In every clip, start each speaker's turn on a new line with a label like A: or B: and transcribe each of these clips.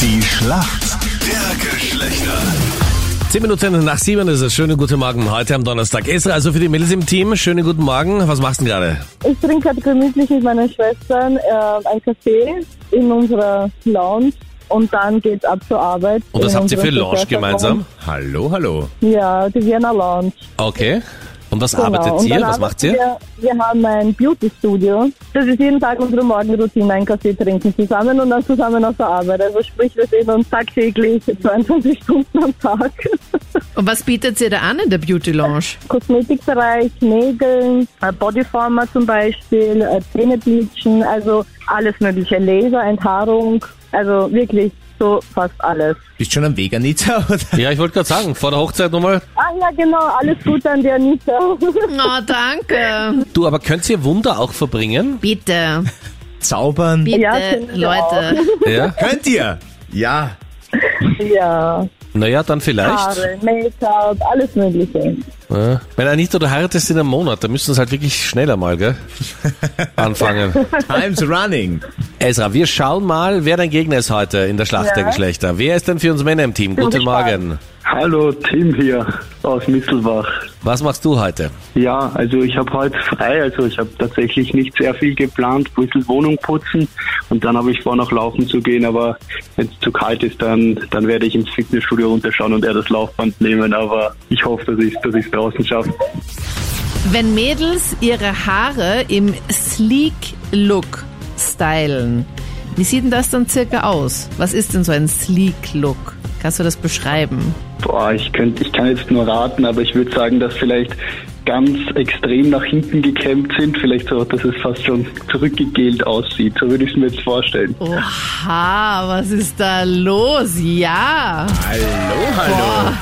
A: Die Schlacht der Geschlechter.
B: Zehn Minuten nach sieben ist es. Schönen guten Morgen heute am Donnerstag. Esra, also für die Mädels im Team, schönen guten Morgen. Was machst du denn gerade?
C: Ich trinke gerade gemütlich mit meinen Schwestern äh, einen Kaffee in unserer Lounge und dann geht's ab zur Arbeit.
B: Und was
C: in
B: habt ihr für
C: unsere
B: Lounge
C: Schwester-
B: gemeinsam?
D: Hallo, hallo.
C: Ja, die Vienna Lounge.
B: Okay. Und was
C: Genau.
B: arbeitet
C: Und
B: ihr?
C: dann
B: Was
C: arbeiten
B: macht ihr?
C: Wir, wir haben ein Beauty-Studio. Das ist jeden Tag unsere Morgenroutine, einen Kaffee trinken zusammen und dann zusammen auf der Arbeit. Also sprich, wir sehen uns tagtäglich 22 Stunden am Tag.
E: Und was bietet ihr da an in der Beauty Lounge?
C: Kosmetikbereich, Nägeln, äh, Bodyformer zum Beispiel, äh, Zähnebleachen, also alles mögliche. Laser, Enthaarung, also wirklich so fast alles.
D: Bist schon am Weg, Anita, oder?
B: Ja, ich wollte gerade sagen, vor der Hochzeit nochmal.
C: Ach ja, genau, alles Gute an die Anita.
E: Oh, danke.
B: Du, aber könnt ihr Wunder auch verbringen?
E: Bitte,
D: Zaubern.
E: bitte,
C: Ja, finde ich
E: Leute.
B: Ja.
D: Könnt ihr? Ja.
C: ja,
B: Naja, dann vielleicht.
C: Haare, Make-up, alles mögliche.
B: Ja. Wenn Anita, du heiratest in einem Monat, dann müssen es halt wirklich schneller mal, gell? Anfangen.
D: Time's running.
B: Esra, wir schauen mal, wer dein Gegner ist heute in der Schlacht
C: Ja.
B: der Geschlechter. Wer ist denn für uns Männer im Team? Guten
C: gespannt.
B: Morgen.
F: Hallo, Tim hier aus Mittelbach.
B: Was machst du heute?
F: Ja, also ich habe heute frei, also ich habe tatsächlich nicht sehr viel geplant, ein bisschen Wohnung putzen und dann habe ich vor, noch laufen zu gehen, aber wenn es zu kalt ist, dann, dann werde ich ins Fitnessstudio runterschauen und eher das Laufband nehmen, aber ich hoffe, dass ich es dass ich's draußen schaffe.
E: Wenn Mädels ihre Haare im Sleek Look stylen, wie sieht denn das dann circa aus? Was ist denn so ein Sleek Look? Kannst du das beschreiben?
F: Boah, ich könnte, ich kann jetzt nur raten, aber ich würde sagen, dass vielleicht ganz extrem nach hinten gekämmt sind, vielleicht so, dass es fast schon zurückgegelt aussieht. So würde ich es mir jetzt vorstellen.
E: Oha, was ist da los? Ja,
D: Hallo, hallo.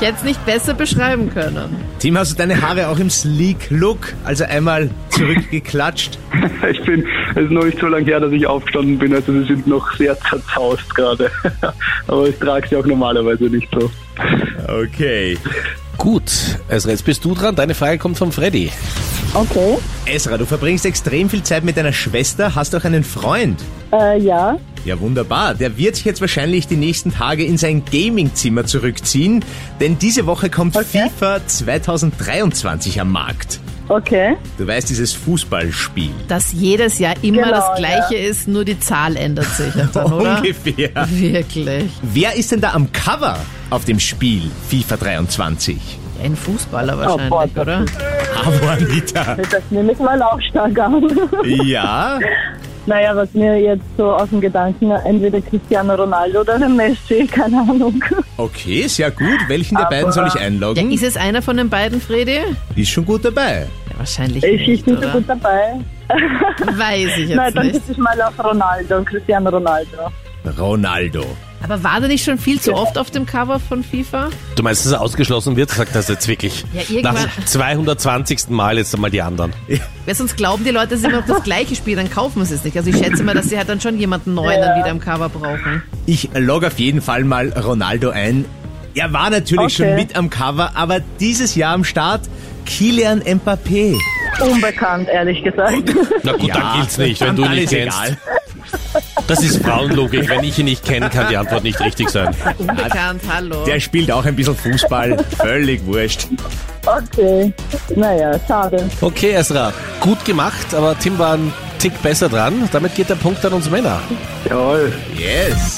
E: ich hätte es nicht besser beschreiben können.
D: Tim, hast du deine Haare auch im Sleek-Look? Also einmal zurückgeklatscht.
F: Ich bin, es ist noch nicht so lange her, dass ich aufgestanden bin, also sie sind noch sehr zerzaust gerade. Aber ich trage sie auch normalerweise nicht so.
D: Okay.
B: Gut, Esra, jetzt bist du dran. Deine Frage kommt von Freddy.
C: Okay.
D: Esra, du verbringst extrem viel Zeit mit deiner Schwester, hast auch einen Freund.
C: Äh, ja,
D: Ja, wunderbar. Der wird sich jetzt wahrscheinlich die nächsten Tage in sein Gaming-Zimmer zurückziehen, denn diese Woche kommt
C: Okay.
D: FIFA 2023 am Markt.
C: okay.
D: Du weißt, dieses Fußballspiel.
E: Dass jedes Jahr immer
C: Genau,
E: das Gleiche ist, nur die Zahl ändert sich ja dann, oder?
D: Ungefähr.
E: Wirklich.
D: Wer ist denn da am Cover auf dem Spiel FIFA 23?
E: Ein Fußballer
C: Oh, boah,
E: wahrscheinlich,
C: das
E: oder?
D: Bravo, Anita.
C: Das nehme ich mal auch stark an.
D: Ja,
C: naja, was mir jetzt so aus dem Gedanken, entweder Cristiano Ronaldo oder der Messi, keine Ahnung.
D: okay, sehr gut. Welchen der
C: Aber-
D: beiden soll ich
E: Ja,
D: einloggen?
E: ist es einer von den beiden, Fredi? Ja,
D: Ist schon gut dabei.
E: wahrscheinlich
C: Ich, ich
E: nicht,
C: bin so
E: oder?
C: gut dabei.
E: Weiß ich
C: Nein,
E: jetzt
C: dann
E: nicht.
C: tippe ich mal auf Ronaldo, Cristiano Ronaldo.
D: Ronaldo.
E: Aber war der nicht schon viel zu oft auf dem Cover von FIFA?
B: Du meinst, dass er ausgeschlossen wird? Sagt das jetzt wirklich.
E: Ja, irgendwann-
B: Nach 220. Mal jetzt einmal die anderen.
E: Weil sonst glauben die Leute, es ist immer noch das gleiche Spiel, dann kaufen sie es nicht. Also ich schätze mal, dass sie halt dann schon jemanden neuen dann wieder im Cover brauchen.
D: Ich logge auf jeden Fall mal Ronaldo ein. Er war natürlich
C: Okay.
D: schon mit am Cover, aber dieses Jahr am Start Kilian Mbappé.
C: Unbekannt, ehrlich gesagt.
B: Na gut,
D: Ja,
B: dann gilt's nicht, wenn du
D: dann
B: ihn nicht
D: ist
B: kennst.
D: Egal.
B: Das ist Frauenlogik. Wenn ich ihn nicht kenne, kann die Antwort nicht richtig sein.
E: Unbekannt, hallo.
D: Der spielt auch ein bisschen Fußball. Völlig wurscht.
C: Okay. Naja, schade.
B: Okay, Esra, gut gemacht, aber Tim war ein Tick besser dran. Damit geht der Punkt an uns Männer.
F: Jawohl.
D: Yes.